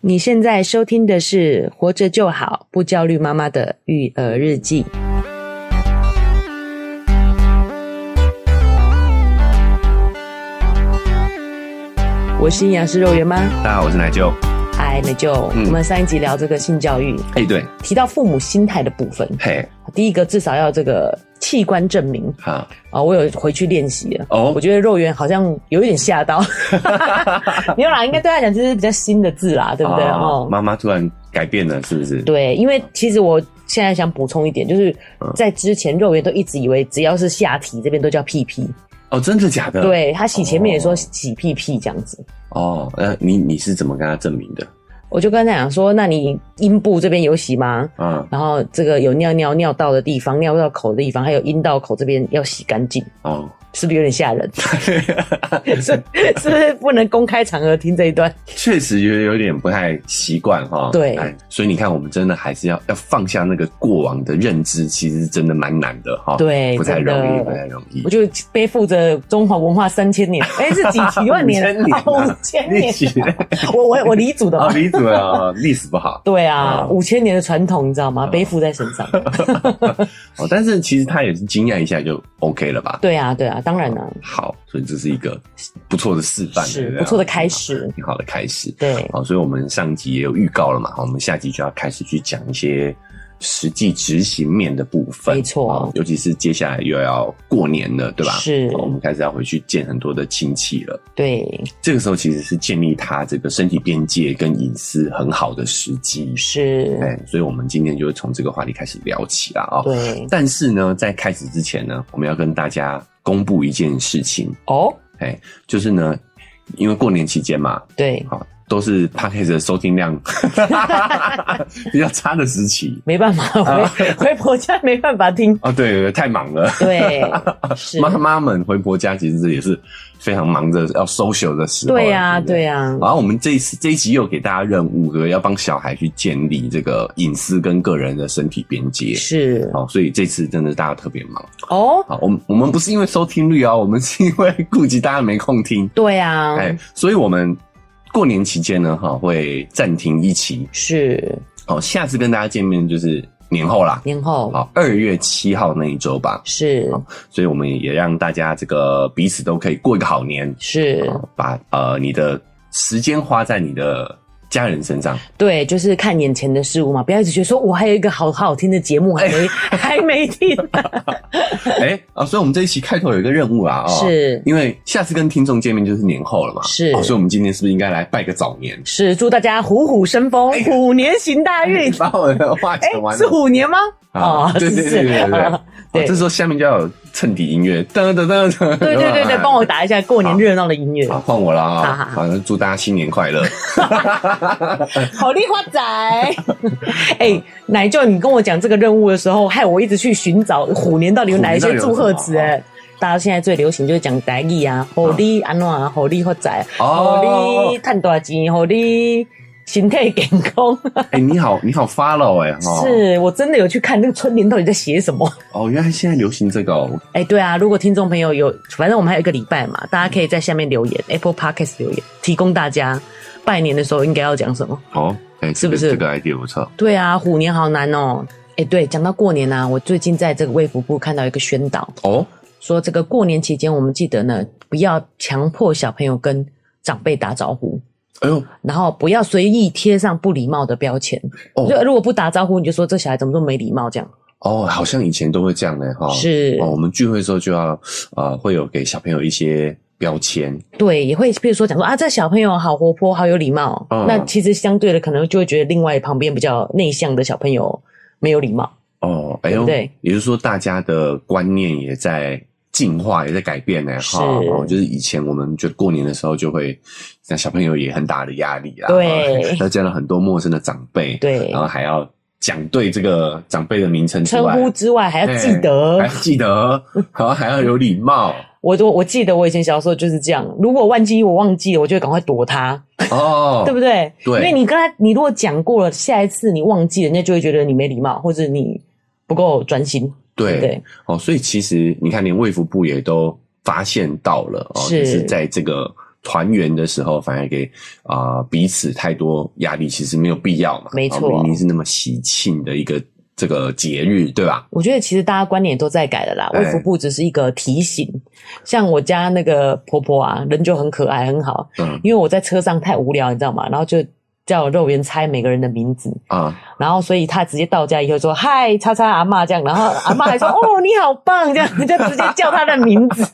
你现在收听的是《活着就好，不焦虑妈妈的育儿日记》。我是营养师肉圆妈，大家好，我是奶舅。嗨，美就嗯我们上一集聊这个性教育，哎、对，提到父母心态的部分，嘿，第一个至少要这个器官证明好，啊、我有回去练习了。哦我觉得肉圆好像有一点吓 到，没有啦，应该对他来讲就是比较新的字啦，对不对？啊哦，妈妈突然改变了，是不是？对，因为其实我现在想补充一点，就是嗯在之前肉圆都一直以为只要是下体这边都叫屁屁，哦，真的假的？，对他洗前面也说哦洗屁屁这样子。哦，呃，你你是怎么跟他证明的？我就跟他讲说，那你阴部这边有洗吗？啊，然后这个有尿尿尿道的地方、尿道口的地方，还有阴道口这边要洗干净，哦，是不是有点吓人？ 是是不是不能公开场合听这一段？确实有有点不太习惯哈。对哎，所以你看，我们真的还是要要放下那个过往的认知，其实真的蛮难的哈。对不太真的容易，不太容易我。就背负着中华文化三千年，哎，是几几万年五千年啊啊五千历年史，我我我李祖的哦，嘛。李主任 啊，历史 不好对啊，哦五千年的传统，你知道吗？背负在身上。哦，但是其实他也是惊讶一下就 OK 了吧？对啊，对啊，当然啦，好，所以这是一个不错的示范，对是对哦不错的开，始。挺好的开始。对，好，所以我们上集也有预告了嘛，好，我们下集就要开始去讲一些实际执行面的部分，没错好尤其是接下来又要过年了，对吧？是好我们开始要回去见很多的亲戚了。对，这个时候其实是建立他这个身体边界跟隐私很好的时机，是，哎，所以我们今天就会从这个话题开始聊起啦啊、哦。对，但是呢，在开始之前呢，我们要跟大家公布一件事情，哦，哎，就是呢，因为过年期间嘛，对，好，都是 p a c k a g e 的收听量 比较差的时期没办法，啊回回婆家没办法听。啊、对对对，太忙了。对，是，妈妈们回婆家其实也是非常忙着要 social 的时候。对呀，不对。呀，然后我们这一次这一集又给大家任务，要帮小孩去建立这个隐私跟个人的身体边界。是好，所以这次真的大家特别忙。哦，好，我们我们不是因为收听率啊，我们是因为顾及大家没空听。对啊，哎，所以我们过年期间呢，哈，会暂停一期，是哦，下次跟大家见面就是年后啦，年后好，二月七号那一周吧。是好所以我们也让大家这个彼此都可以过一个好年，是，哦把呃你的时间花在你的家人 身上。对，就是看眼前的事物嘛，不要一直觉得说我还有一个好好听的节目还没还没听，哎、啊，所以我们这一期开头有一个任务啊，哦，是因为下次跟听众见面就是年后了嘛，是哦所以我们今天是不是应该来拜个早年？是，祝大家虎虎生风，哎虎年行大运。把我的话哎讲，完是了。虎年吗？哦啊，对对对对对对，哦，对这时候下面就要有衬底音乐，噔噔噔 噔，对对 对对，帮我打一下过年热闹的音乐，好，换我了好啊！好好，祝大家新年快 乐。好利 花仔。哎，奶舅，你跟我讲这个任务的时候，害我一直去寻找虎年到底有哪一些祝贺词哎。大家现在最流行就是讲台语啊，好利安怎啊，好利发财，哦好利赚大钱，好利身体健康。哎、你好，你好，follow 哎、哈，是我真的有去看那个春联到底在写什么。哦，原来现在流行这个哦，哎，对啊，如果听众朋友有，反正我们还有一个礼拜嘛，大家可以在下面留言，Apple 嗯 Podcast 留言，提供大家拜年的时候应该要讲什么。哦，哎、是不是这个 idea 不错？对啊，虎年好难哦。哎，对，讲到过年啊，我最近在这个卫福部看到一个宣导，哦，说这个过年期间，我们记得呢，不要强迫小朋友跟长辈打招呼，哎呦，然后不要随意贴上不礼貌的标签。哦就如果不打招呼，你就说这小孩怎么这么没礼貌这样。哦，好像以前都会这样呢、哈、是哦，我们聚会的时候就要，呃，会有给小朋友一些标签，对，也会比如说讲说啊，这小朋友好活泼，好有礼貌。嗯那其实相对的，可能就会觉得另外旁边比较内向的小朋友没有礼貌。哦，哎对呦，不对也就是说大家的观念也在进化，也在改变呢、哈、是哦，就是以前我们就过年的时候就会，那小朋友也很大的压力啊，对要见到很多陌生的长辈，对然，后还要讲对这个长辈的名称之称外，呼之外还要记哎得。还记 得，然后还要有礼貌我我我记得我以前小时候就是这样，如果万一我忘记了，我就会赶快躲他，哦，对不对？对因为你刚才你如果讲过了，下一次你忘记，人家就会觉得你没礼貌，或者你不够专心，对对不对？哦，所以其实你看，连卫福部也都发现到了哦，是就是在这个团圆的时候，反而给啊、呃彼此太多压力，其实没有必要嘛。没错啊明明是那么喜庆的一个这个节日，对吧？我觉得其实大家观念也都在改了啦，哎卫福部只是一个提醒。像我家那个婆婆啊，人就很可爱很好，嗯因为我在车上太无聊，你知道吗？然后就叫肉圆猜每个人的名字，啊，然后所以她直接到家以后说：“嗨，叉叉阿嬷这样。”然后阿嬷还说：“哦，你好棒！”这样就直接叫她的名字。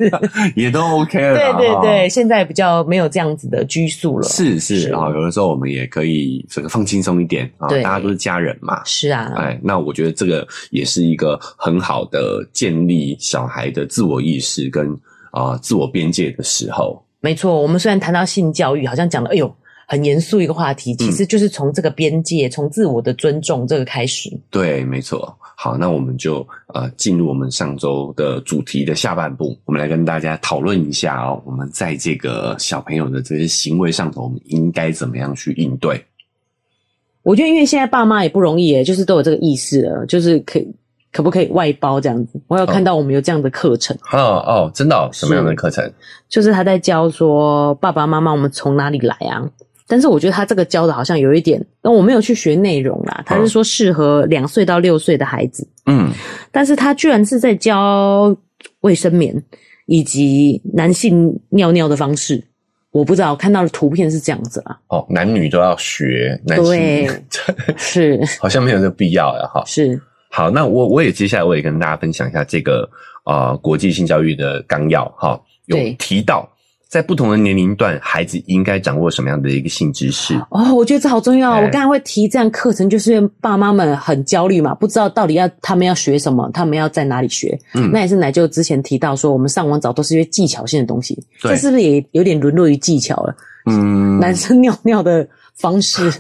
也都 OK 了对啦。对哦对，现在比较没有这样子的拘束了。是是是啊，有的时候我们也可以这个放轻松一点啊，对大家都是家人嘛。是啊，哎，那我觉得这个也是一个很好的建立小孩的自我意识跟啊、自我边界的时候。没错，我们虽然谈到性教育，好像讲的哎呦很严肃一个话题，其实就是从这个边界、从自我的尊重这个开始。对，没错。好，那我们就呃进入我们上周的主题的下半部，我们来跟大家讨论一下哦，我们在这个小朋友的这些行为上头，我们应该怎么样去应对？我觉得因为现在爸妈也不容易耶，就是都有这个意识了，就是可以可不可以外包这样子？我有看到我们有这样的课程，哦哦，真的、哦，什么样的课程？就是他在教说爸爸妈妈我们从哪里来啊。但是我觉得他这个教的好像有一点，那我没有去学内容啦，他是说适合两岁到六岁的孩子，嗯，但是他居然是在教卫生棉以及男性尿尿的方式。我不知道，我看到的图片是这样子 啦，哦，男女都要学，男对是 好像没有这个必要了哈。是，好，那我我也接下来我也跟大家分享一下这个啊、呃国际性教育的纲要哈，有对提到在不同的年龄段，孩子应该掌握什么样的一个性知识。哦，我觉得这好重要哦。哎我刚才会提这样课程，就是因为爸妈们很焦虑嘛，不知道到底要他们要学什么，他们要在哪里学。嗯那也是奶舅之前提到说，我们上网找都是一些技巧性的东西，对这是不是也有点沦落于技巧了？嗯，男生尿尿的方 式，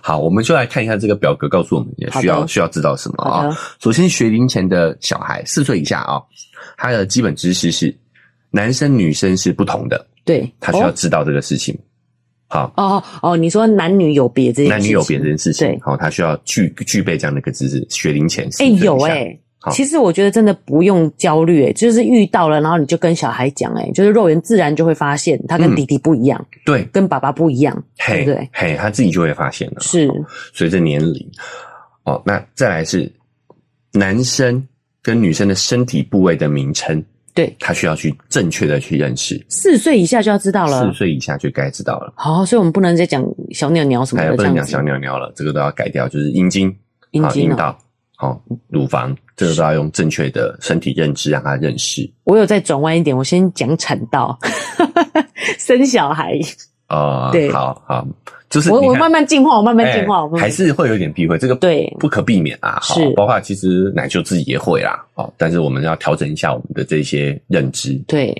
好，我们就来看一下这个表格，告诉我们也需好要的需要知道什么好啊、的首先，学龄前的小孩四岁以下啊、他的基本知识是男生女生是不同的，对，他需要哦知道这个事情。好，哦哦，你说男女有别这件事情，男女有别这件事情对，好、他需要具具备这样的一个知识。学龄前四哎、岁以下，有哎、好其实我觉得真的不用焦虑、哎，就是遇到了，然后你就跟小孩讲，哎，就是肉圆自然就会发现他跟嗯弟弟不一样，对，跟爸爸不一样，嘿，对不对嘿，他自己就会发现了。是随着年龄，哦，那再来是男生跟女生的身体部位的名称，对，他需要去正确的去认识。四岁以下就要知道了四。岁以下就该知道了，好、所以我们不能再讲小鸟鸟什么哎，的嗯不这能样讲小子。鸟鸟了，这个都要改掉，就是阴茎、阴好茎阴哦道、好、乳房，这个都要用正确的身体认知让他认识。我有再转弯一点，我先讲产道，生小孩。啊、对好好，就是我你我看慢慢进化，我慢慢进化，哎我慢慢还是会有点避讳，这个对不可避免啊。好是包括其实奶舅自己也会啦，哦，但是我们要调整一下我们的这些认知。对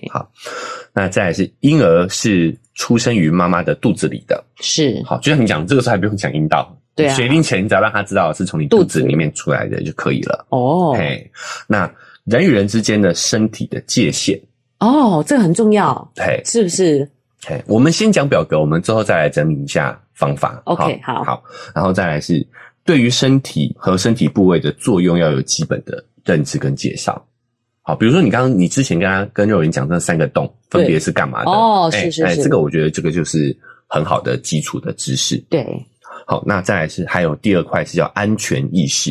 那再来是婴儿是出生于妈妈的肚子里的，是好，就像你讲，这个时候还不用讲阴道，对啊学龄前你只要让他知道是从你肚子肚子里面出来的就可以了。哦嘿，那人与人之间的身体的界限，哦，这个很重要，嘿，是不是？嘿，我们先讲表格，我们之后再来整理一下方法。 OK，好好，然后再来是对于身体和身体部位的作用要有基本的认知跟介绍。好，比如说你刚刚你之前跟他跟肉圆讲这三个洞分别是干嘛的？对哦哎是是哎是这个我觉得这个就是很好的基础的知识。对，好，那再来是还有第二块是叫安全意识，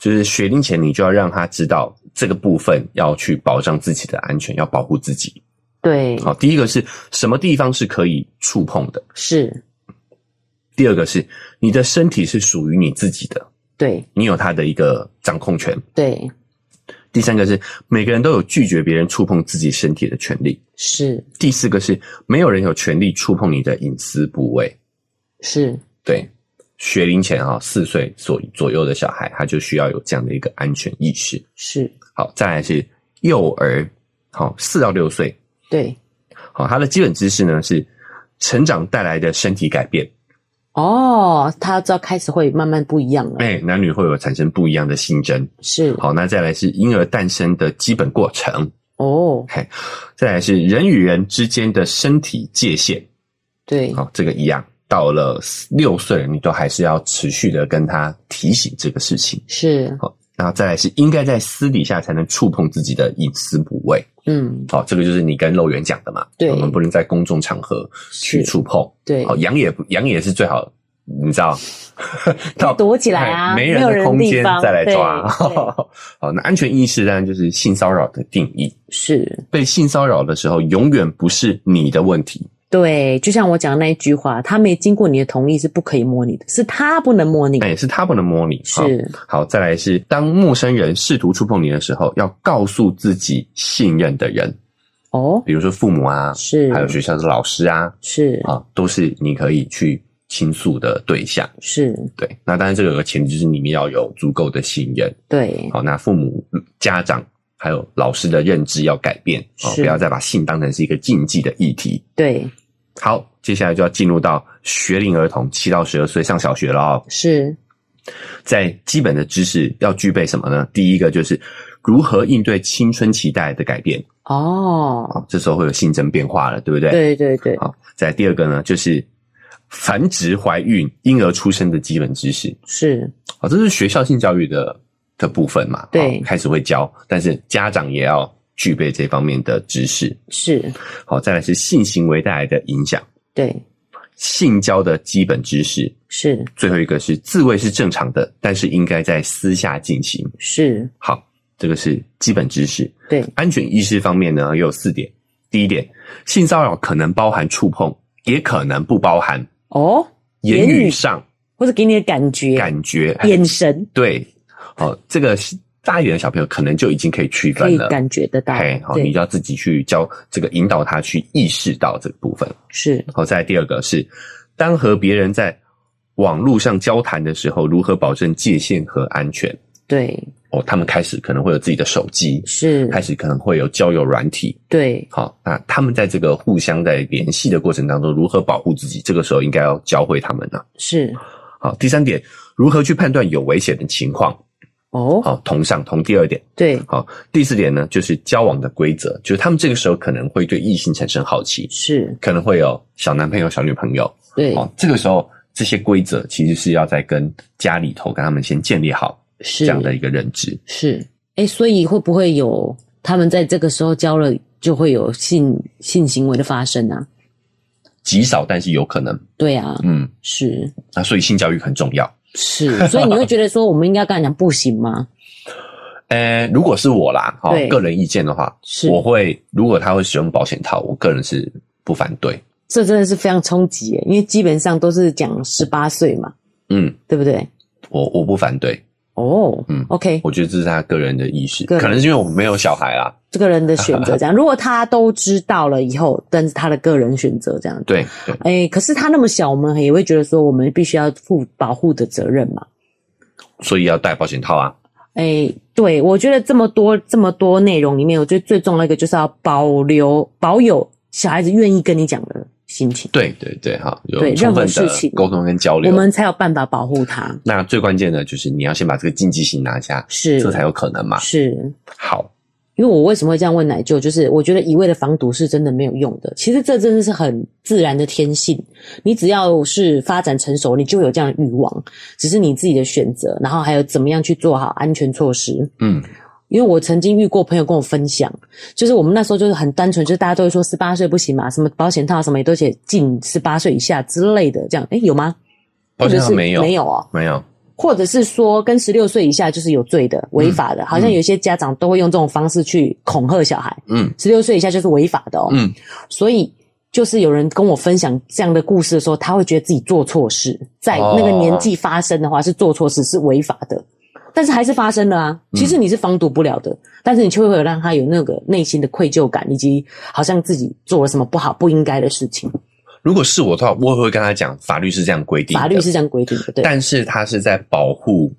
就是学龄前你就要让他知道这个部分要去保障自己的安全，要保护自己。对，好，第一个是什么地方是可以触碰的？是，第二个是你的身体是属于你自己的，对，你有它的一个掌控权。对，第三个是每个人都有拒绝别人触碰自己身体的权利。是，第四个是没有人有权利触碰你的隐私部位。是，对，学龄前啊、四岁左左右的小孩，他就需要有这样的一个安全意识。是，好，再来是幼儿，好，四到六岁，对，好，他的基本知识呢是成长带来的身体改变。哦，他知道开始会慢慢不一样了，哎、男女会有产生不一样的性征。是，好，那再来是婴儿诞生的基本过程，哦，再来是人与人之间的身体界限。对，好，这个一样，到了六岁，你都还是要持续的跟他提醒这个事情。是，好，然后再来是应该在私底下才能触碰自己的隐私部位。嗯，好、这个就是你跟肉圆讲的嘛，对我们不能在公众场合去是触碰。对，好，羊也羊也是最好，你知道， 到躲起来啊哎没没有人的人空地间方再来抓。对对 好，那安全意识当然就是性骚扰的定义。是被性骚扰的时候，永远不是你的问题。对，就像我讲的那一句话，他没经过你的同意是不可以摸你的，是他不能摸你。哎，是他不能摸你。好是好，再来是当陌生人试图触碰你的时候，要告诉自己信任的人，哦，比如说父母啊，是还有学校的老师啊，是啊，都是你可以去倾诉的对象。是，对，那当然这个有个前提就是你们要有足够的信任。对，好，那父母、家长还有老师的认知要改变哦，是不要再把性当成是一个禁忌的议题。对，好，接下来就要进入到学龄儿童七到十二岁上小学了哦。是在基本的知识要具备什么呢？第一个就是如何应对青春期带来的改变哦，啊、哦，这时候会有性征变化了，对不对？。对对对，好，再来第二个呢，就是繁殖、怀孕、婴儿出生的基本知识是啊、哦，这是学校性教育的的部分嘛？对哦开始会教，但是家长也要具备这方面的知识。是，好，再来是性行为带来的影响，对性交的基本知识。是最后一个是自慰是正常的，但是应该在私下进行。是，好，这个是基本知识。对安全意识方面呢，也有四点。第一点，性骚扰可能包含触碰，也可能不包含哦，言言语语上或者给你的感觉、感哎觉。眼神对，哦，这个大一点的小朋友可能就已经可以区可分以了。感觉得到嘿，，好，你对就要自己去教这个引导他去意识到这个部分。是好，再来第二个是，当和别人在网络上交谈的时候，如何保证界限和安全？对哦，他们开始可能会有自己的手机，是开始可能会有交友软体。对好，那他们在这个互相在联系的过程当中，如何保护自己？这个时候应该要教会他们呢、是好，第三点，如何去判断有危险的情况？哦，好，同上同第二点。对好，第四点呢，就是交往的规则，就是他们这个时候可能会对异性产生好奇，是，可能会有小男朋友、小女朋友。对哦，这个时候这些规则其实是要在跟家里头跟他们先建立好是这样的一个认知。是，哎，所以会不会有他们在这个时候交了，就会有性性行为的发生啊？极少，但是有可能。对啊，嗯，是那所以性教育很重要。是，所以你会觉得说，我们应该跟他讲不行吗？呃，如果是我啦，哦对，个人意见的话，是我会如果他会使用保险套，我个人是不反对。这真的是非常冲击耶，因为基本上都是讲十八岁嘛，嗯，对不对？我我不反对，哦，嗯，OK，我觉得这是他个人的意识，个人可能是因为我没有小孩啦。这个人的选择这样， 如果他都知道了以后，但是他的个人选择这样，对对，哎，可是他那么小，我们也会觉得说，我们必须要负保护的责任嘛。所以要戴保险套啊。哎，对，我觉得这么多这么多内容里面，我觉得最重要一个就是要保留保有小孩子愿意跟你讲的心情，对对对，哈，有对充任何分事的情沟通跟交我流。们才有办法保护他。那最关键的就是你要先把这个禁忌性拿下，是，这才有可能嘛。是。好，因为我为什么会这样问奶舅，就是我觉得一味的防堵是真的没有用的。其实这真的是很自然的天性，你只要是发展成熟，你就有这样的欲望，只是你自己的选择，然后还有怎么样去做好安全措施。嗯，因为我曾经遇过朋友跟我分享，就是我们那时候就是很单纯，就是大家都会说十八岁不行嘛，什么保险套什么也都写禁十八岁以下之类的，这样诶有吗？保险套或者是没有，没有哦，没有，或者是说跟十六岁以下就是有罪的、违法嗯的，好像有些家长都会用这种方式去恐吓小孩，嗯十六岁以下就是违法的哦。嗯，所以就是有人跟我分享这样的故事的时候，他会觉得自己做错事，在哦那个年纪发生的话是做错事是违法的，但是还是发生了啊。其实你是防堵不了的，但是你却会有让他有那个内心的愧疚感，以及好像自己做了什么不好不应该的事情。如果是我的话，我也会跟他讲，法律是这样规定的，法律是这样规定的，对，但是他是在保护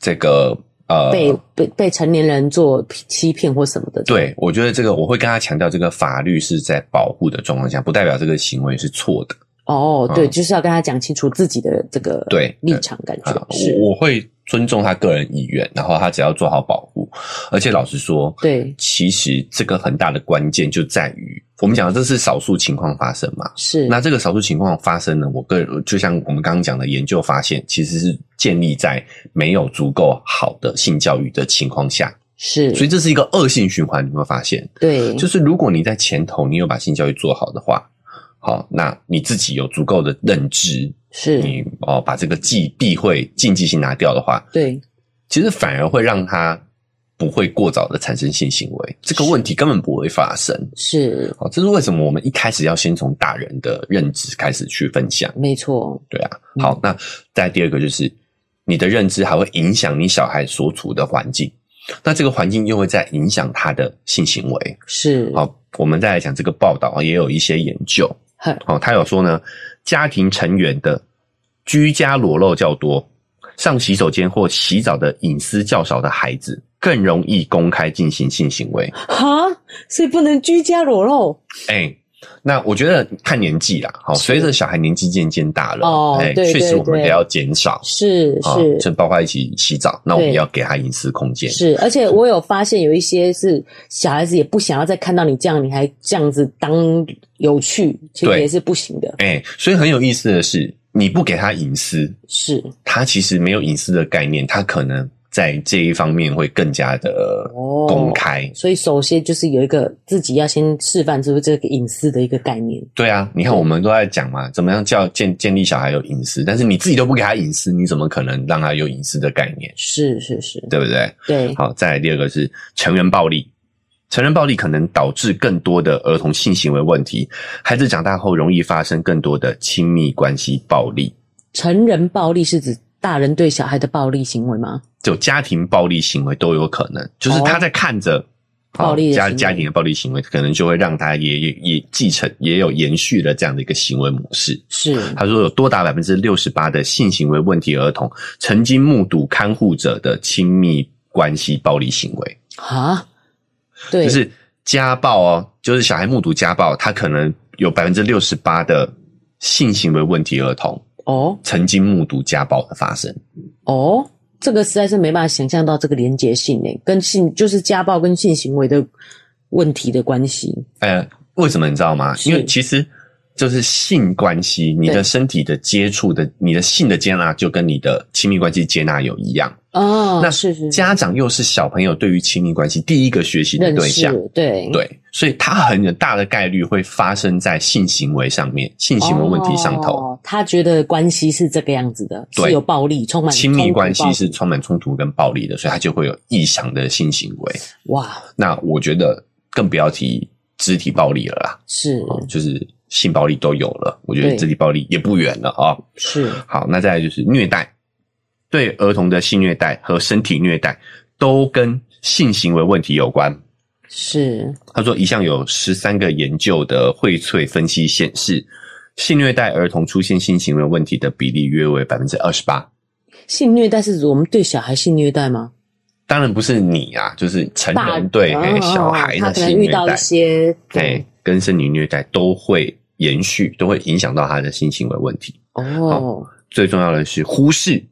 这个呃，被被被成年人做欺骗或什么的，对我觉得这个我会跟他强调，这个法律是在保护的状况下，不代表这个行为是错的。哦，嗯对，就是要跟他讲清楚自己的这个对立场，感觉啊，是我我会尊重他个人意愿，然后他只要做好保护。而且老实说，对其实这个很大的关键就在于，我们讲的这是少数情况发生嘛。是那这个少数情况发生呢，我个人就像我们刚刚讲的研究发现，其实是建立在没有足够好的性教育的情况下，是，嗯所以这是一个恶性循环。你有没有发现？对，就是如果你在前头你有把性教育做好的话，好，那你自己有足够的认知，是，你哦把这个忌避讳禁忌性拿掉的话，对，其实反而会让他不会过早的产生性行为，这个问题根本不会发生。哦是，好，这是为什么我们一开始要先从大人的认知开始去分享，没错，对啊。嗯好，那再来第二个就是你的认知还会影响你小孩所处的环境，那这个环境又会在影响他的性行为。是，好，我们再来讲这个报道啊，也有一些研究哼，哦，他有说呢，家庭成员的居家裸露较多，上洗手间或洗澡的隐私较少的孩子，更容易公开进行性行为。哈，所以不能居家裸露哎、那我觉得看年纪啦，好，是随着小孩年纪渐渐大了，哦哎对确对实我们对得要减少是啊，是就包括一起洗澡，那我们对要给他隐私空间。是，而且我有发现有一些是小孩子也不想要再看到你这样，你还这样子当有趣，其实对也是不行的。哎、所以很有意思的是，你不给他隐私，是他其实没有隐私的概念，他可能在这一方面会更加的哦公开。所以首先就是有一个自己要先示范出这个隐私的一个概念。对啊，你看我们都在讲嘛，怎么样叫建建立小孩有隐私，但是你自己都不给他隐私，你怎么可能让他有隐私的概念？是是是，对不对？对，好，再来第二个是成人暴力。成人暴力可能导致更多的儿童性行为问题，孩子长大后容易发生更多的亲密关系暴力，成人暴力是指大人对小孩的暴力行为吗？就家庭暴力行为都有可能，就是他在看着、好哦暴力的家行为家庭的暴力行为，可能就会让他也也也继承也有延续了这样的一个行为模式。是他说，有多达百分之六十八的性行为问题儿童曾经目睹看护者的亲密关系暴力行为，啊，对，就是家暴哦，就是小孩目睹家暴，他可能有百分之六十八的性行为问题儿童哦曾经目睹家暴的发生。哦，这个实在是没办法想象到这个连结性诶，跟性就是家暴跟性行为的问题的关系。呃，为什么你知道吗？是因为其实就是性关系，你的身体的接触的，你的性的接纳就跟你的亲密关系接纳有一样。哦，那是是家长又是小朋友对于亲密关系第一个学习的认对识象，对对，所以他很大的概率会发生在性行为上面，性行为问题上头，哦他觉得关系是这个样子的，对是有暴力，充满亲密关冲系突是充满冲突跟暴力的，所以他就会有异常的性行为。暴力哇，那我觉得更不要提肢体暴力了啦，是哦就是性暴力都有了，我觉得对肢体暴力也不远了啊、是好，那再来就是虐待，对儿童的性虐待和身体虐待都跟性行为问题有关。是他说，一项有十三个研究的荟萃分析显示，性虐待儿童出现性行为问题的比例约为百分之二十八。性虐待是指我们对小孩性虐待吗？当然不是你啊，就是成大人对、哎哦小孩他的可能性遇虐到待一，些哎对，跟生理虐待都会延续，都会影响到他的性行为问题。哦最重要的是忽视，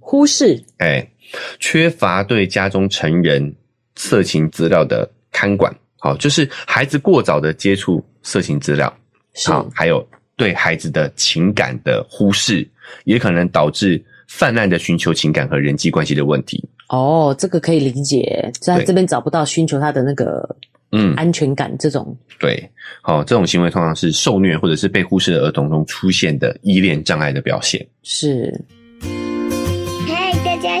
忽视哎，缺乏对家中成人色情资料的看管，好，就是孩子过早的接触色情资料，是好，还有对孩子的情感的忽视，也可能导致泛滥的寻求情感和人际关系的问题。哦，这个可以理解，在他对这边找不到寻求他的那个嗯，安全感，这种对，好，这种行为通常是受虐或者是被忽视的儿童中出现的依恋障碍的表现。是嗨，大家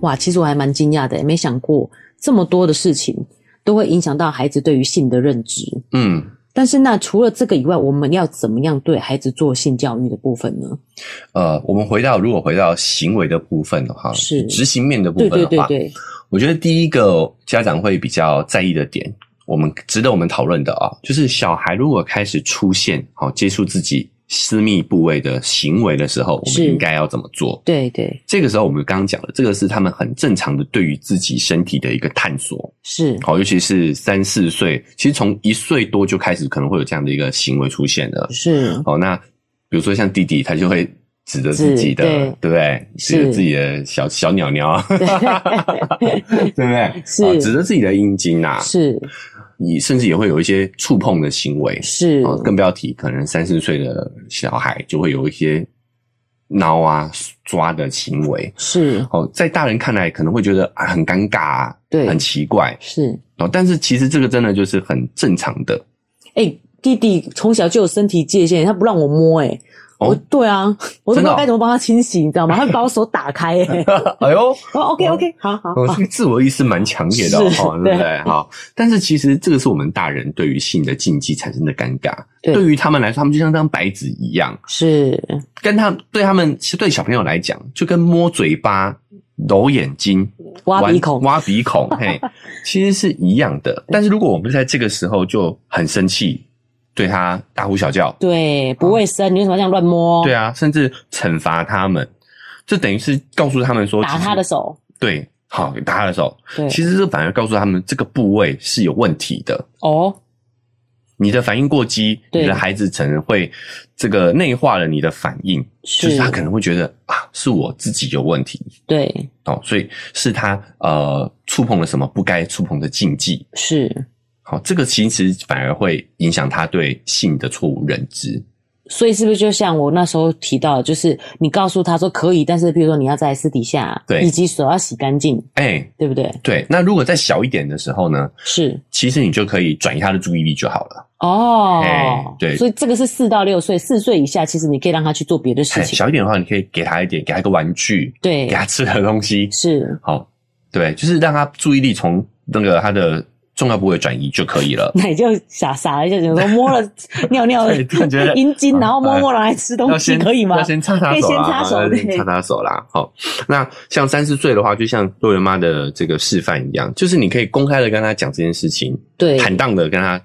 哇，其实我还蛮惊讶的，没想过这么多的事情都会影响到孩子对于性的认知。嗯，但是那除了这个以外，我们要怎么样对孩子做性教育的部分呢？呃，我们回到如果回到行为的部分的话，是执行面的部对分的对话，对对，我我觉得第一个家长会比较在意的点，我们值得我们讨论的啊、就是小孩如果开始出现好、接触自己私密部位的行为的时候，我们是应该要怎么做？对对这个时候我们刚刚讲了，这个是他们很正常的对于自己身体的一个探索，是，好，尤其是三四岁，其实从一岁多就开始可能会有这样的一个行为出现了。是好，哦那比如说像弟弟，他就会指着自己的，指对不对？指着是自己的小小鸟鸟，对不 对？是哦指着自己的阴茎啊，是你甚至也会有一些触碰的行为，是哦，更不要提可能三四岁的小孩就会有一些挠啊、抓的行为。是，哦，在大人看来可能会觉得啊很尴尬、啊，对很奇怪是。哦。但是其实这个真的就是很正常的哎、弟弟从小就有身体界限，他不让我摸、哎、哦我对啊，我都不知真的道哦该怎么帮他清洗，你知道吗？他会把我手打开、 哎， 哎呦，哦，OK OK，好好，哦，好这个自我意识蛮强烈的是哦，哦对对不对？好，但是其实这个是我们大人对于性的禁忌产生的尴尬。对对于他们来说，他们就像张白纸一样，是跟他对他们对小朋友来讲，就跟摸嘴巴、揉眼睛、挖玩鼻孔，挖鼻孔， 嘿，其实是一样的。但是如果我们在这个时候就很生气，对他大呼小叫，对，不卫生，你为什么要这样乱摸？哦对啊，甚至惩罚他们，就等于是告诉他们说，打其实他的手，对，好打他的手。对，其实这反而告诉他们，这个部位是有问题的。哦，你的反应过激，对你的孩子可能会这个内化了你的反应，就是是他可能会觉得啊，是我自己有问题对，哦，所以是他呃触碰了什么不该触碰的禁忌。是，好，这个其实反而会影响他对性的错误认知。所以是不是就像我那时候提到的，就是你告诉他说可以，但是比如说你要在私底下，对以及手要洗干净，哎、对不对？对，那如果再小一点的时候呢，是其实你就可以转移他的注意力就好了。哦哎，对所以这个是四到六岁，四岁以下其实你可以让他去做别的事哎，情，小一点的话，你可以给他一点，给他一个玩具，对给，他吃的东西，是。。好，对，就是让他注意力从那个他的重要部位转移就可以了那你就傻傻了一下，想说摸了尿尿 对突然觉得啊阴茎，然后摸摸了来吃要 东西，先可以吗要？先擦擦可以手先啦，擦手要先对擦擦手啦。好，那像三四岁的话，就像洛元妈的这个示范一样，就是你可以公开的跟他讲这件事情，对，坦荡的跟他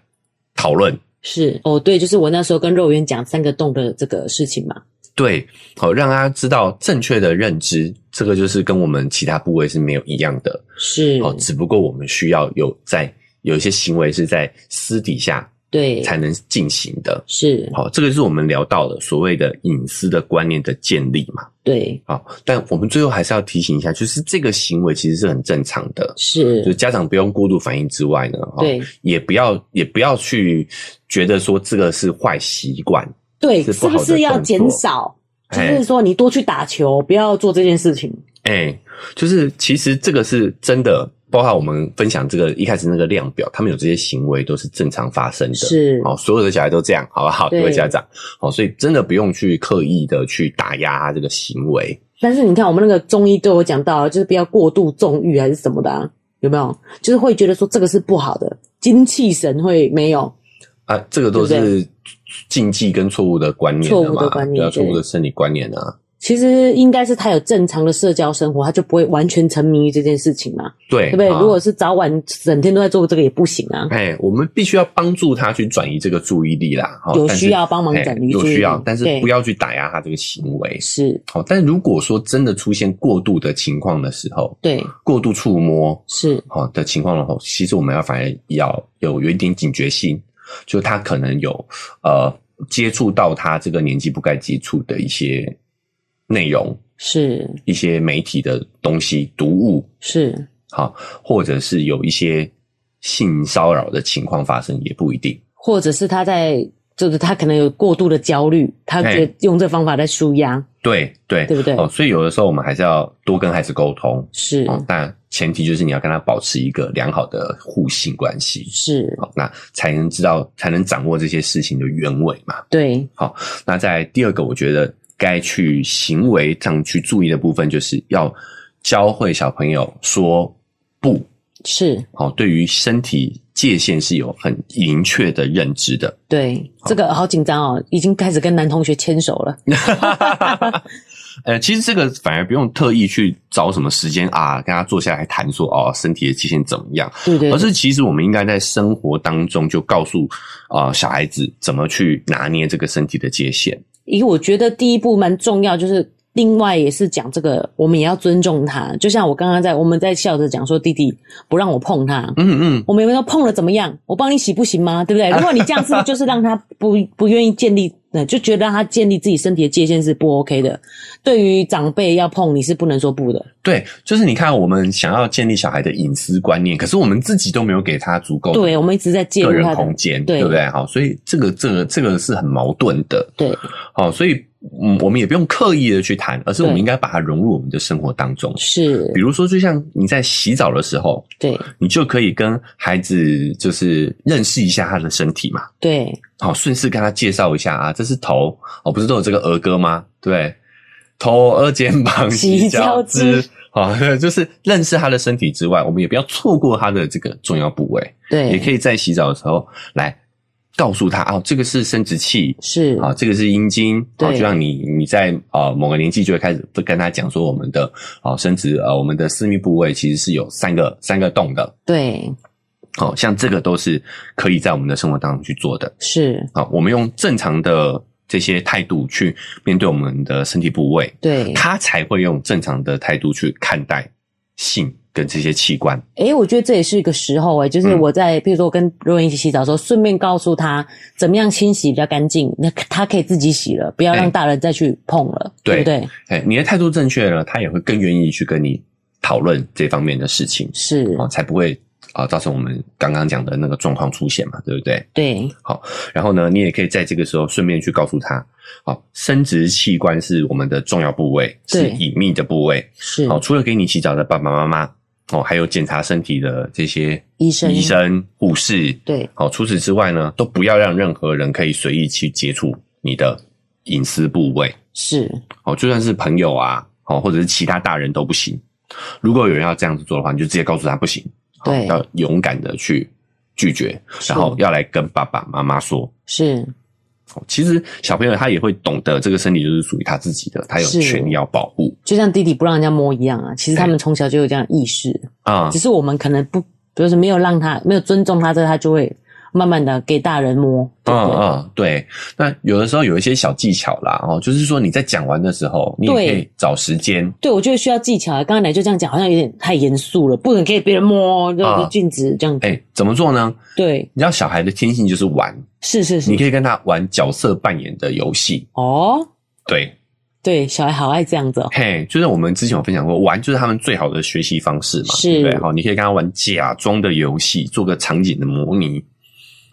讨论。是哦，对，就是我那时候跟肉圆讲三个洞的这个事情嘛，对，好，让他知道正确的认知，这个就是跟我们其他部位是没有一样的。是，好，只不过我们需要有在有一些行为是在私底下对，才能进行的。是，好，这个是我们聊到的所谓的隐私的观念的建立嘛。对，好，但我们最后还是要提醒一下，就是这个行为其实是很正常的，是，就是家哦长不用过度反应之外呢，哈，对也不要也不要去觉得说这个是坏习惯，对，是是不好不的是要动减作少？就哎是说，你多去打球，不要做这件事情。哎、就是其实这个是真的，包括我们分享这个一开始那个量表，他们有这些行为都是正常发生的，是，哦，所有的小孩都这样，好不好？对各位家长，哦，所以真的不用去刻意的去打压他这个行为，但是你看，我们那个中医对我讲到，就是不要过度纵欲还是什么的、啊，有没有？就是会觉得说这个是不好的，精气神会没有。啊，这个都对不是禁忌跟错误的观念错了误的嘛，观念对啊，错误对的生理观念啊，其实应该是他有正常的社交生活，他就不会完全沉迷于这件事情嘛，对，对不对？啊如果是早晚整天都在做这个也不行啊，哎，我们必须要帮助他去转移这个注意力啦，哈有但需是要帮忙哎转移有注意需要力，但是对不要去打压他这个行为。是，好，但如果说真的出现过度的情况的时候，对，过度触摸是，好的情况的话，其实我们要反而要有有一点警觉性，就他可能有呃接触到他这个年纪不该接触的一些内容，是，一些媒体的东西、读物，是，好，或者是有一些性骚扰的情况发生，也不一定。或者是他在，就是他可能有过度的焦虑，他哎觉得用这方法在舒压，对对对不对哦，所以有的时候我们还是要多跟孩子沟通是哦，但前提就是你要跟他保持一个良好的互信关系，是，好，那才能知道，才能掌握这些事情的原委嘛。对，那在第二个，我觉得该去行为上去注意的部分，就是要教会小朋友说不，是，哦，对于身体界限是有很明确的认知的。对，这个好紧张哦，已经开始跟男同学牵手了，呃，其实这个反而不用特意去找什么时间啊，跟他坐下来谈说哦，身体的界限怎么样，对对而是其实我们应该在生活当中就告诉啊、呃小孩子怎么去拿捏这个身体的界限。以我觉得第一步蛮重要，就是另外也是讲这个，我们也要尊重他。就像我刚刚在我们在笑着讲说，弟弟不让我碰他，嗯嗯，我们有没有碰了怎么样？我帮你洗不行吗？对不对？如果你这样是不是就是让他不不愿意建立，呃，就觉得让他建立自己身体的界限是不 OK 的。对于长辈要碰，你是不能说不的。对，就是你看，我们想要建立小孩的隐私观念，可是我们自己都没有给他足够的对，我们一直在介哦个入人他的空，间，对对不对？好，所以这个这个这个是很矛盾的。对，好，所以嗯，我们也不用刻意的去谈，而是我们对应该把它融入我们的生活当中。是比，如说，就像你在洗澡的时候，对你就可以跟孩子就是认识一下他的身体嘛。对，好，顺势跟他介绍一下啊，这是头哦，不是都有这个儿歌吗？对，头、额、肩膀、洗洗脚脚趾趾，好， 就是认识他的身体之外，我们也不要错过他的这个重要部位，对，也可以在洗澡的时候来告诉他哦，这个是生殖器。是，啊，这个是阴茎，啊，对就像你你在呃某个年纪就会开始跟他讲说，我们的啊生殖呃我们的私密部位其实是有三个三个洞的，对，哦，像这个都是可以在我们的生活当中去做的。是，啊，我们用正常的这些态度去面对我们的身体部位，对。他才会用正常的态度去看待性跟这些器官。诶，我觉得这也是一个时候诶、就是嗯我在，譬如说我跟若文一起洗澡的时候，顺便告诉他怎么样清洗比较干净，那他可以自己洗了，不要让哎大人再去碰了，对对不对？哎、你的态度正确了，他也会更愿意去跟你讨论这方面的事情，是啊，，才不会啊、造成我们刚刚讲的那个状况出现嘛，对不对？对，然后呢，你也可以在这个时候顺便去告诉他，好、生殖器官是我们的重要部位，是对隐秘的部位，是哦，除了给你洗澡的爸爸妈妈，哦，还有检查身体的这些医生医生、护士，对，哦，除此之外呢，都不要让任何人可以随意去接触你的隐私部位，是，哦，就算是朋友啊，哦，或者是其他大人都不行。如果有人要这样子做的话，你就直接告诉他不行，哦对要勇敢的去拒绝，是然后要来跟爸爸妈妈说。是，哦其实小朋友他也会懂得，这个身体就是属于他自己的，他有是权利要保护就像弟弟不让人家摸一样啊，其实他们从小就有这样的意识，哎啊。只是我们可能不，就是没有让他，没有尊重他，这个他就会慢慢的给大人摸，对不嗯对？嗯，对。那有的时候有一些小技巧啦，哦，就是说你在讲完的时候，你也对可以找时间，对，我觉得需要技巧啊。刚刚奶就这样讲，好像有点太严肃了，不能给别人摸哦，就啊就禁止这样。哎、怎么做呢？对，你知道小孩的天性就是玩，是是是你。可以跟他玩角色扮演的游戏。哦，对，对，小孩好爱这样子哦。嘿，就是我们之前有分享过，玩就是他们最好的学习方式嘛，是对不对？好，你可以跟他玩假装的游戏，做个场景的模拟。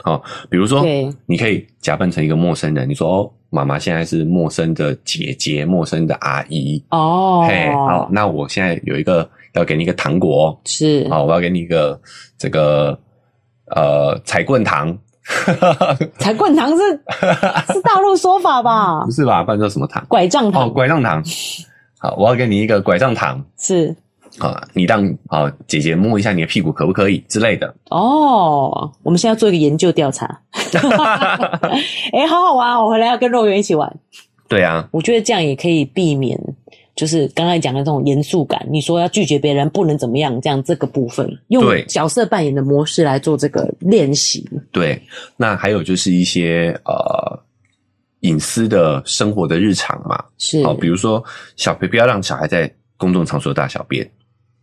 好，比如哎说对，你可以假扮成一个陌生人，你说哦，妈妈现在是陌生的姐姐，陌生的阿姨，嘿，好哦，，那我现在有一个要给你一个糖果，是，好，我要给你一个这个呃彩棍糖， 才灌糖是是大陆说法吧不？是吧？不然叫什么糖？拐杖 哦，糖拐杖糖。好，我要给你一个拐杖糖是啊，你让啊姐姐摸一下你的屁股可不可以之类的？哦。我们现在要做一个研究调 查， 哎，好好玩哦！我回来要跟肉圆一起玩。对啊，我觉得这样也可以避免，就是刚才讲的这种严肃感。你说要拒绝别人，不能怎么样，这样这个部分用对角色扮演的模式来做这个练习。对。那还有就是一些呃隐私的生活的日常嘛，啊是好，比如说小朋不要让小孩在公众场所大小便，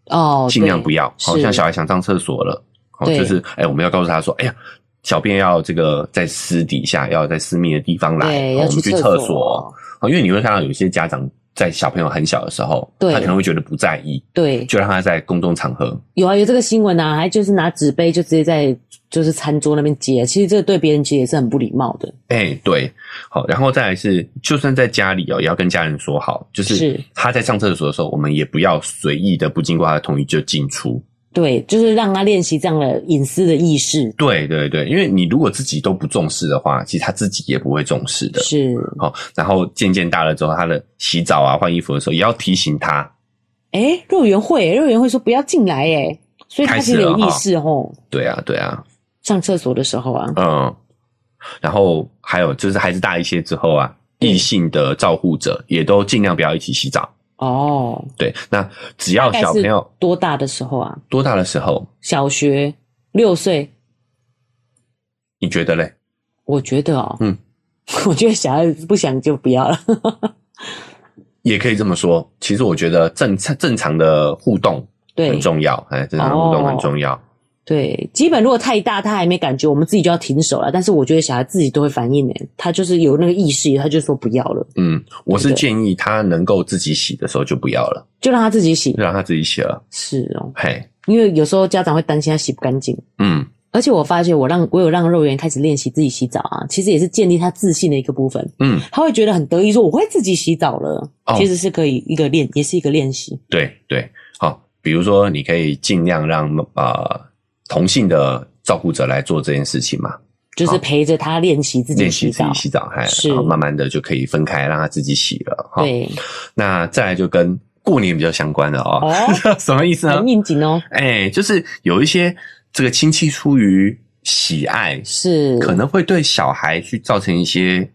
哦，尽量对不要。好是像小孩想上厕所了，哦，对就是哎、我们要告诉他说，哎呀，小便要这个在私底下，要在私密的地方来，对哦要我们去厕厕所。。哦，因为你会看到有一些家长在小朋友很小的时候，对他可能会觉得不在意，对，就让他在公众场合。有啊，有这个新闻啊，还就是拿纸杯就直接在就是餐桌那边接，其实这对别人其实也是很不礼貌的。哎、对，好，然后再来是，就算在家里哦，也要跟家人说好，就是是他在上厕所的时候，我们也不要随意的不经过他的同意就进出。对，就是让他练习这样的隐私的意识。对对对，因为你如果自己都不重视的话，其实他自己也不会重视的。是，好、然后渐渐大了之后，他的洗澡啊、换衣服的时候，也要提醒他。哎，肉圆会，肉圆会说不要进来，哎，所以他开其始实有了意哈识吼，对啊，对啊，上厕所的时候啊，嗯。然后还有就是孩子大一些之后啊，异性的照护者也都尽量不要一起洗澡。哦，对，那只要小朋友多大的时候啊？多大的时候，小学六岁，你觉得嘞？我觉得哦，嗯， 我觉得小孩子不想就不要了。 也可以这么说。其实我觉得正常正常的互动对哦很重要，哎，正常的互动很重要。对，基本如果太大他还没感觉，我们自己就要停手了。但是我觉得小孩自己都会反应诶，他就是有那个意识，他就说不要了，嗯，我是对建议他能够自己洗的时候就不要了，就让他自己洗就。让他自己洗了。是哦，嘿，因为有时候家长会担心他洗不干净。嗯，而且我发现，我让我有让肉圆开始练习自己洗澡啊，其实也是建立他自信的一个部分。嗯，他会觉得很得意，说我会自己洗澡了。哦其实是可以一个练，也是一个练习。对对，好，比如说你可以尽量让呃同性的照顾者来做这件事情嘛，就是好陪着他练习自己练洗习自澡己。洗澡，嘿，是然后慢慢的就可以分开，让他自己洗了。哈，对，那再来就跟过年比较相关的哦，哦， 什么意思呢很？应景哦，哎、就是有一些这个亲戚出于喜爱，是，可能会对小孩去造成一些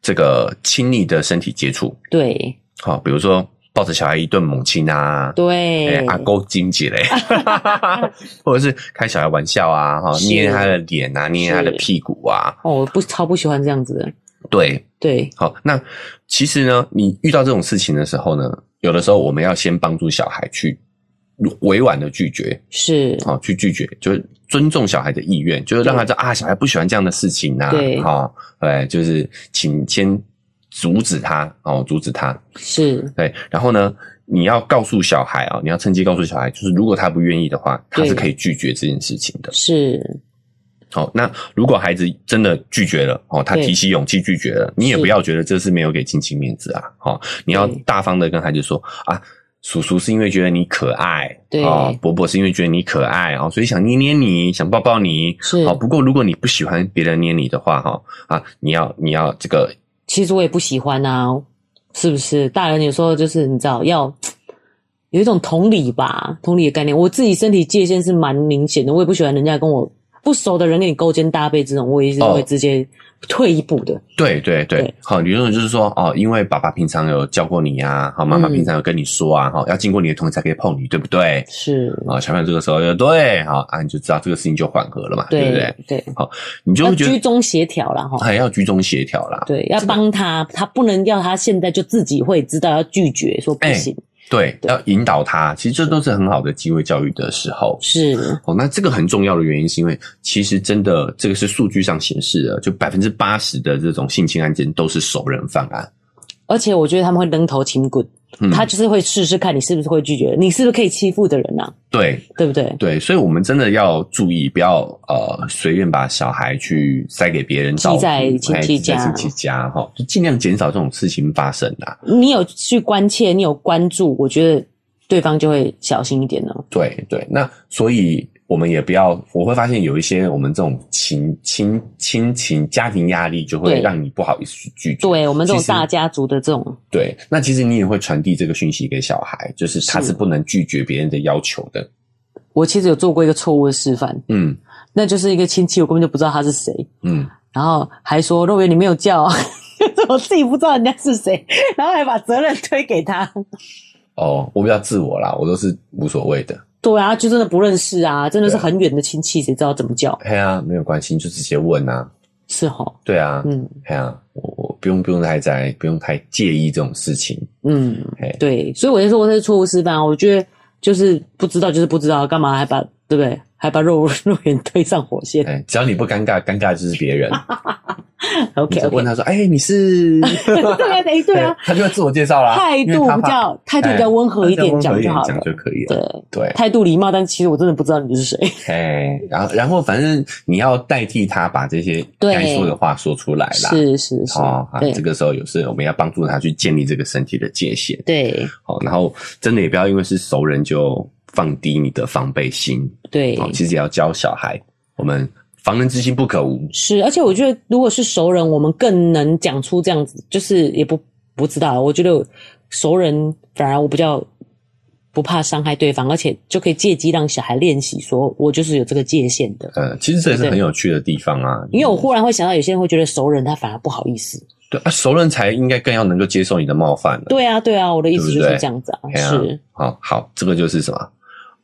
这个亲密的身体接触，对好、比如说抱着小孩一顿猛亲啊，对、哎，阿勾金姐 嘞，或者是开小孩玩笑啊，哈，是捏他的脸啊，捏他的是屁股啊，哦，我不超不喜欢这样子的，对，对，好，那其实呢，你遇到这种事情的时候呢，有的时候我们要先帮助小孩去委婉的拒绝，是，好、哦去拒绝，就是尊重小孩的意愿，就是让他知道啊，小孩不喜欢这样的事情呐、对好、对，就是请先阻止他，哦，阻止他，是，对，然后呢，你要告诉小孩啊、你要趁机告诉小孩，就是如果他不愿意的话，他对是可以拒绝这件事情的。是，好、那如果孩子真的拒绝了，哦，他对提起勇气拒绝了，你也是不要觉得这是没有给亲戚面子啊，哦，你要对大方的跟孩子说啊。叔叔是因为觉得你可爱，对哦，伯伯是因为觉得你可爱哦，所以想捏捏你，想抱抱你，是哦。不过如果你不喜欢别人捏你的话，哈、啊，你要你要这个其实我也不喜欢啊，是不是？大人有时候就是你知道要。有一种同理吧，同理的概念。我自己身体界限是蛮明显的，我也不喜欢人家跟我不熟的人跟你勾肩搭背这种，我也是哦会直接退一步的。对对对对，好，理论就是说，哦，因为爸爸平常有教过你啊，好，妈妈嗯平常有跟你说啊，哈、要经过你的同意才可以碰你，对不对？是，啊、小朋友这个时候就对，好啊，你就知道这个事情就缓和了嘛，对对不对？对，你就要会觉居得中协调啦，哈。还要居中协调啦，对，要帮他，他不能要他现在就自己会知道要拒绝，说不哎行，对，对要引导他，其实这都是很好的机会教育的时候。是哦，那这个很重要的原因是因为，其实真的这个是数据上显示的，就百分之八十的这种性侵案件都是熟人犯案。而且我觉得他们会扔头轻滚，嗯他就是会试试看你是不是会拒绝，你是不是可以欺负的人呐、对对不对？对，所以我们真的要注意，不要呃随便把小孩去塞给别人照顾，寄在亲哎戚寄在家亲戚家哈，就尽量减少这种事情发生啦、你有去关切，你有关注，我觉得对方就会小心一点了。对对，那所以我们也不要，我会发现有一些我们这种情亲亲情家庭压力，就会对让你不好意思去拒绝。对我们这种其实大家族的这种，对，那其实你也会传递这个讯息给小孩，就是他是是不能拒绝别人的要求的。我其实有做过一个错误的示范，嗯那就是一个亲戚，我根本就不知道他是谁，嗯，然后还说肉圆你没有叫啊、 我自己不知道人家是谁，然后还把责任推给他。哦，我比较自我啦，我都是无所谓的。对啊，就真的不认识啊，真的是对啊很远的亲戚，谁知道怎么叫？嘿啊，没有关系，你就直接问啊。是吼，对啊，嗯哎呀、我我不用不用太在，不用太介意这种事情。嗯嘿，对，所以我就说我是错误示范啊，我觉得就是不知道就是不知道，干嘛还把对不对？还把肉肉圆推上火线啊 哎，只要你不尴尬，尴尬就是别 人。你？OK 就 OK，问他说：“哎、你是？” 对啊，哎对啊，他就会自我介绍啦，态因度为他比怕较态度比较温和一点哎讲就好讲了，就可以了。对，对，态度礼貌，但其实我真的不知道你是谁，哎，然后然后反正你要代替他把这些对该说的话说出来啦。是是是哦，，啊对这个时候有时候我们要帮助他去建立这个身体的界限。对好，然后真的也不要因为是熟人就放低你的防备心。对哦，其实也要教小孩，我们防人之心不可无。是，而且我觉得，如果是熟人，我们更能讲出这样子，就是也不不知道。我觉得熟人反而我比较不怕伤害对方，而且就可以借机让小孩练习，说我就是有这个界限的。呃，其实这也是对很有趣的地方啊，因为我忽然会想到，有些人会觉得熟人他反而不好意思，对啊，熟人才应该更要能够接受你的冒犯了。对啊，对啊，我的意思对就不是对这样子啊，哎呀是好好，这个就是什么？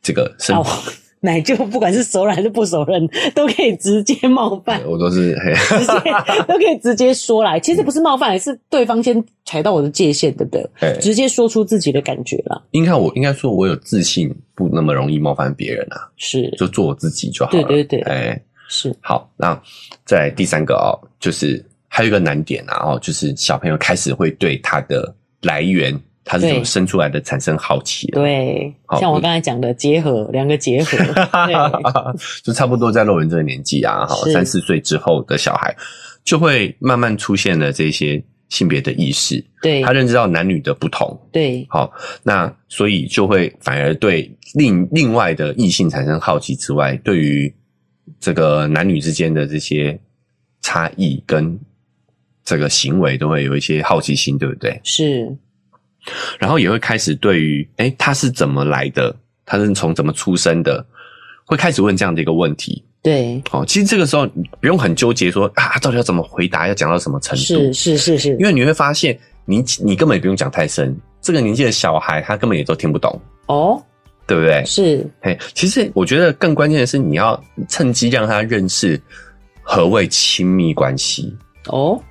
这个生啊，我 奶就不管是熟人还是不熟人，都可以直接冒犯，我都是嘿，直接 都可以直接说来。其实不是冒犯，是对方先踩到我的界限，对不对？嘿直接说出自己的感觉啦，应该我应该说，我有自信，不那么容易冒犯别人啊，是就做我自己就好了。对对对哎，是，好，那再来第三个哦，就是还有一个难点啊，哦，就是小朋友开始会对它的来源，它是怎对么生出来的产生好奇 了。对，好像我嗯刚才讲的结合，两个结 合，就差不多在肉圆这个年纪啊，哈，是三四岁之后的小孩就会慢慢出现了这些性别的意识，对他认知到男女的不同，对好，那所以就会反而对另另外的异性产生好奇之外，对于这个男女之间的这些差异跟这个行为都会有一些好奇心，对不对？是，然后也会开始对于哎，诶他是怎么来的？他是从怎么出生的？会开始问这样的一个问题。对，哦，其实这个时候你不用很纠结说啊，到底要怎么回答，要讲到什么程度是？是是是因，为你会发现，你你根本也不用讲太深，这个年纪的小孩他根本也都听不懂，哦，对不对？是嘿，其实我觉得更关键的是，你要趁机让他认识何谓亲密关系。哦，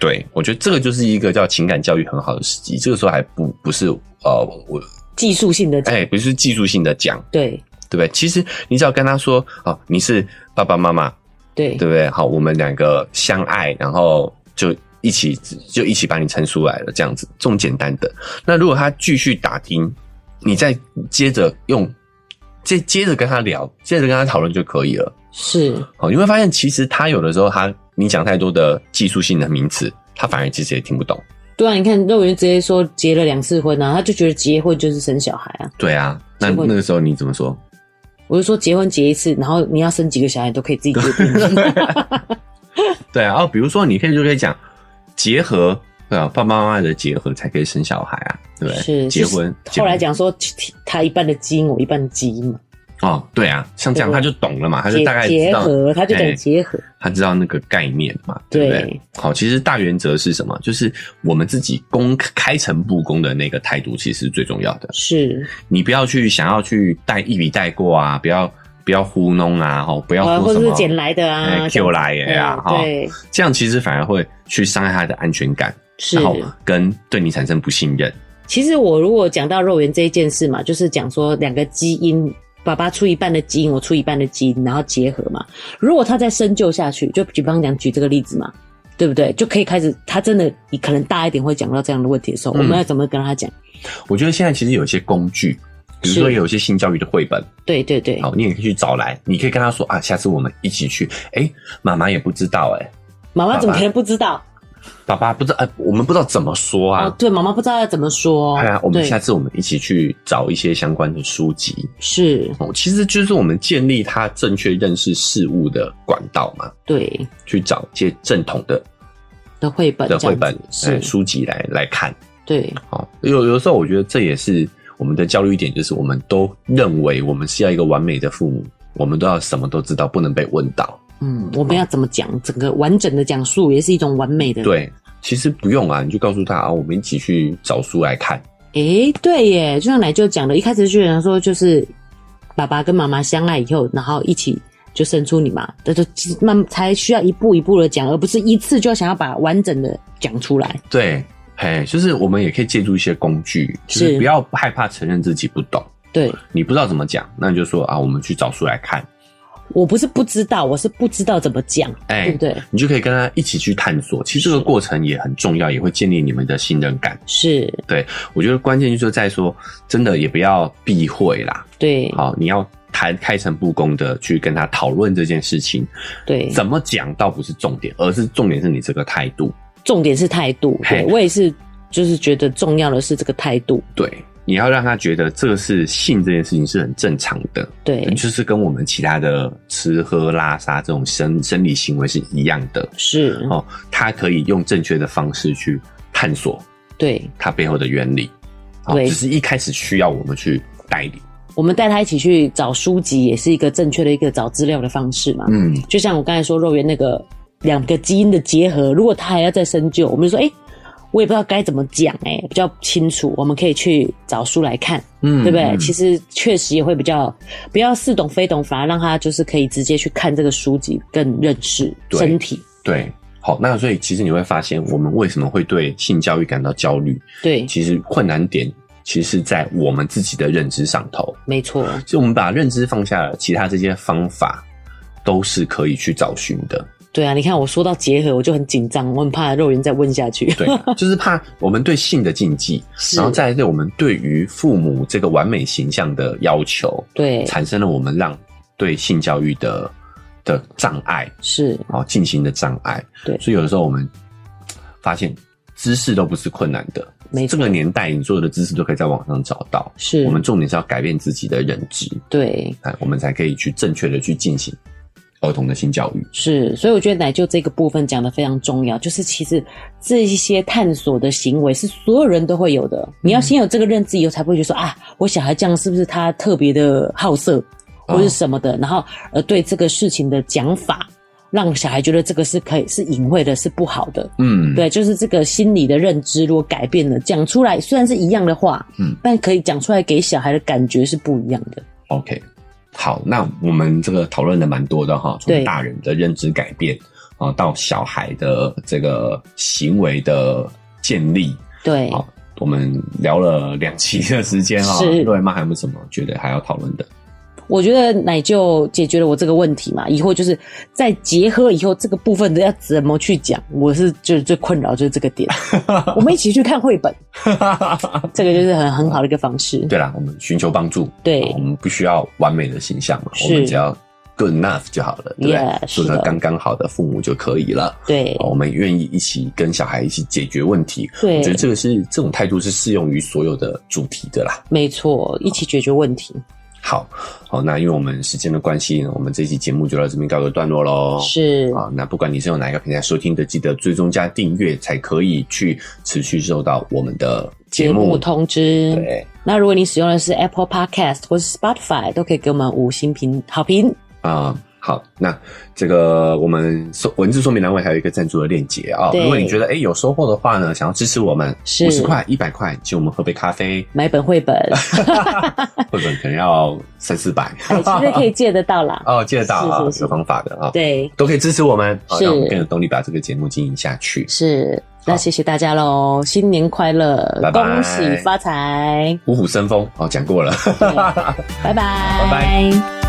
对我觉得这个就是一个叫情感教育很好的时机。这个时候还不不是呃，我技术性的，哎、不是技术性的讲，对对不对？其实你只要跟他说哦，你是爸爸妈妈，对对不对？好，我们两个相爱，然后就一起就一起把你撑出来了，这样子，这种简单的。那如果他继续打听，你再接着用，接接着跟他聊，接着跟他讨论就可以了。是，好，你会发现其实他有的时候他你讲太多的技术性的名词，他反而其实也听不懂。对啊，你看肉圆直接说结了两次婚啊，他就觉得结婚就是生小孩啊。对啊，那结果那个时候你怎么说？我就说结婚结一次，然后你要生几个小孩都可以自己决 定。 对啊，哦，比如说你可以就可以讲结合。对啊，爸爸妈妈的结合才可以生小孩啊，对不对？是结婚，后来结讲婚说他一半的基因，我一半的基因嘛，哦，对啊，像这样对他就懂了嘛，他就结大概知结道，合，他就讲哎结合，他知道那个概念嘛，对不对对？好，其实大原则是什么？就是我们自己公开诚布公的那个态度，其实是最重要的。是你不要去想要去带一笔带过啊，不要不要糊弄啊，哦，不啊，要或说什者是么捡来的啊哎 Q 来这的样呀子，哈，对，这样其实反而会去伤害他的安全感，是然。后跟对你产生不信任。其实我如果讲到肉圆这一件事嘛，就是讲说两个基因，爸爸出一半的基因，我出一半的基因，然后结合嘛。如果他再深究下去，就举方讲举这个例子嘛，对不对？就可以开始，他真的你可能大一点会讲到这样的问题的时候，嗯我们要怎么跟他讲？我觉得现在其实有一些工具，比如说是有一些性教育的绘本，对对对，哦好，你也可以去找来，你可以跟他说啊，下次我们一起去。哎、妈妈也不知道、哎，妈妈怎么爸爸可能不知道？爸爸不知道，哎、我们不知道怎么说啊哦，。对，妈妈不知道要怎么说。哎呀、我们对下次我们一起去找一些相关的书籍是，哦。其实就是我们建立他正确认识事物的管道嘛，对去找一些正统的的绘本的这样绘子本、哎是，书籍来来看。对哦，有有时候我觉得这也是我们的焦虑点，就是我们都认为我们是要一个完美的父母，我们都要什么都知道，不能被问到。嗯，我们要怎么讲？整个完整的讲述也是一种完美的。，对，其实不用啊，你就告诉他啊，我们一起去找书来看。诶，对耶，就像奶舅讲的，一开始就有人说，就是爸爸跟妈妈相爱以后，然后一起就生出你嘛，这就慢慢才需要一步一步的讲，而不是一次就想要把完整的讲出来。对，嘿，就是我们也可以借助一些工具，就是是不要害怕承认自己不懂，对你不知道怎么讲，那你就说啊，我们去找书来看。我不是不知道，我是不知道怎么讲，哎、对不对？你就可以跟他一起去探索。其实这个过程也很重要，也会建立你们的信任感。是我觉得关键就是在说，真的也不要避讳啦。对好，你要谈开诚布公的去跟他讨论这件事情，对，怎么讲倒不是重点，而是重点是你这个态度。重点是态度。对嘿我也是，就是觉得重要的是这个态度。对，你要让他觉得这个是性这件事情是很正常的，对，就是跟我们其他的吃喝拉撒这种生生理行为是一样的是，哦。他可以用正确的方式去探索对，它背后的原理，哦，对只是一开始需要我们去带领。我们带他一起去找书籍，也是一个正确的一个找资料的方式嘛。嗯，就像我刚才说肉圆那个两个基因的结合，如果他还要再深究，我们就说，哎、我也不知道该怎么讲，哎，比较清楚，我们可以去找书来看，嗯对不对？其实实确实也会比较不要似懂非懂，反而让他就是可以直接去看这个书籍，更认识对身体。对。好，那所以其实你会发现，我们为什么会对性教育感到焦虑？对，其实困难点其实是在我们自己的认知上头。没错，所以我们把认知放下了，其他这些方法都是可以去找寻的。对啊，你看我说到结合，我就很紧张，我很怕肉圆再问下去。对，啊就是怕我们对性的禁忌，是然后再来对我们对于父母这个完美形象的要求，对，产生了我们让对性教育的的障碍是啊，进行的障碍。对所以有的时候我们嘖发现知识都不是困难的，没这错个年代你所有的知识都可以在网上找到。是，我们重点是要改变自己的认知，对哎，我们才可以去正确的去进行儿童的性教育。是，所以我觉得奶舅这个部分讲的非常重要，就是其实这一些探索的行为是所有人都会有的，嗯你要先有这个认知以后，才不会觉得说啊，我小孩这样是不是他特别的好色哦或者什么的，然后呃对这个事情的讲法，让小孩觉得这个是可以是隐晦的，是不好的。嗯，对，就是这个心理的认知如果改变了，讲出来虽然是一样的话，嗯，但可以讲出来给小孩的感觉是不一样的。 OK，好，那我们这个讨论的蛮多的哈，从对大人的认知改变啊，到小孩的这个行为的建立，对，好，我们聊了两期的时间哈。是瑞妈还有没有什么觉得还要讨论的？我觉得奶就解决了我这个问题嘛，以后就是在结合以后这个部分的要怎么去讲，我是就是最困扰就是这 个点。我们一起去看绘本，这个就是很很好的一个方式。对啦，我们寻求帮助，嗯对我们不需要完美的形象嘛，是我们只要 good enough 就好了，对不 Yeah，对？是做的个刚刚好的父母就可以了。对哦我们愿意一起跟小孩一起解决问题，我觉得对，这个是这种态度是适用于所有的主题的啦。没错，一起解决问题。好，好，那因为我们时间的关系，我们这期节目就到这边告一个段落喽。是，啊，那不管你是用哪一个平台收听的，记得追踪加订阅，才可以去持续收到我们的节节目目。通知。对那如果你使用的是 Apple Podcast 或是 Spotify，都可以给我们五星评好评。啊、好，那这个我们说文字说明栏位还有一个赞助的链接啊。对如果你觉得哎、有收获的话呢，想要支持我们，是五十块、一百块，请我们喝杯咖 啡，买本绘 本，绘本可能要三四百，哎其实可以借得到 啦。哦，借得到啊，是是是有方法的啊，对，都可以支持我们，啊，是让我们更有动力把这个节目经营下去。是。好那谢谢大家喽，新年快乐，拜拜恭喜发财，虎虎生风，哦，讲过了。对拜拜，拜拜。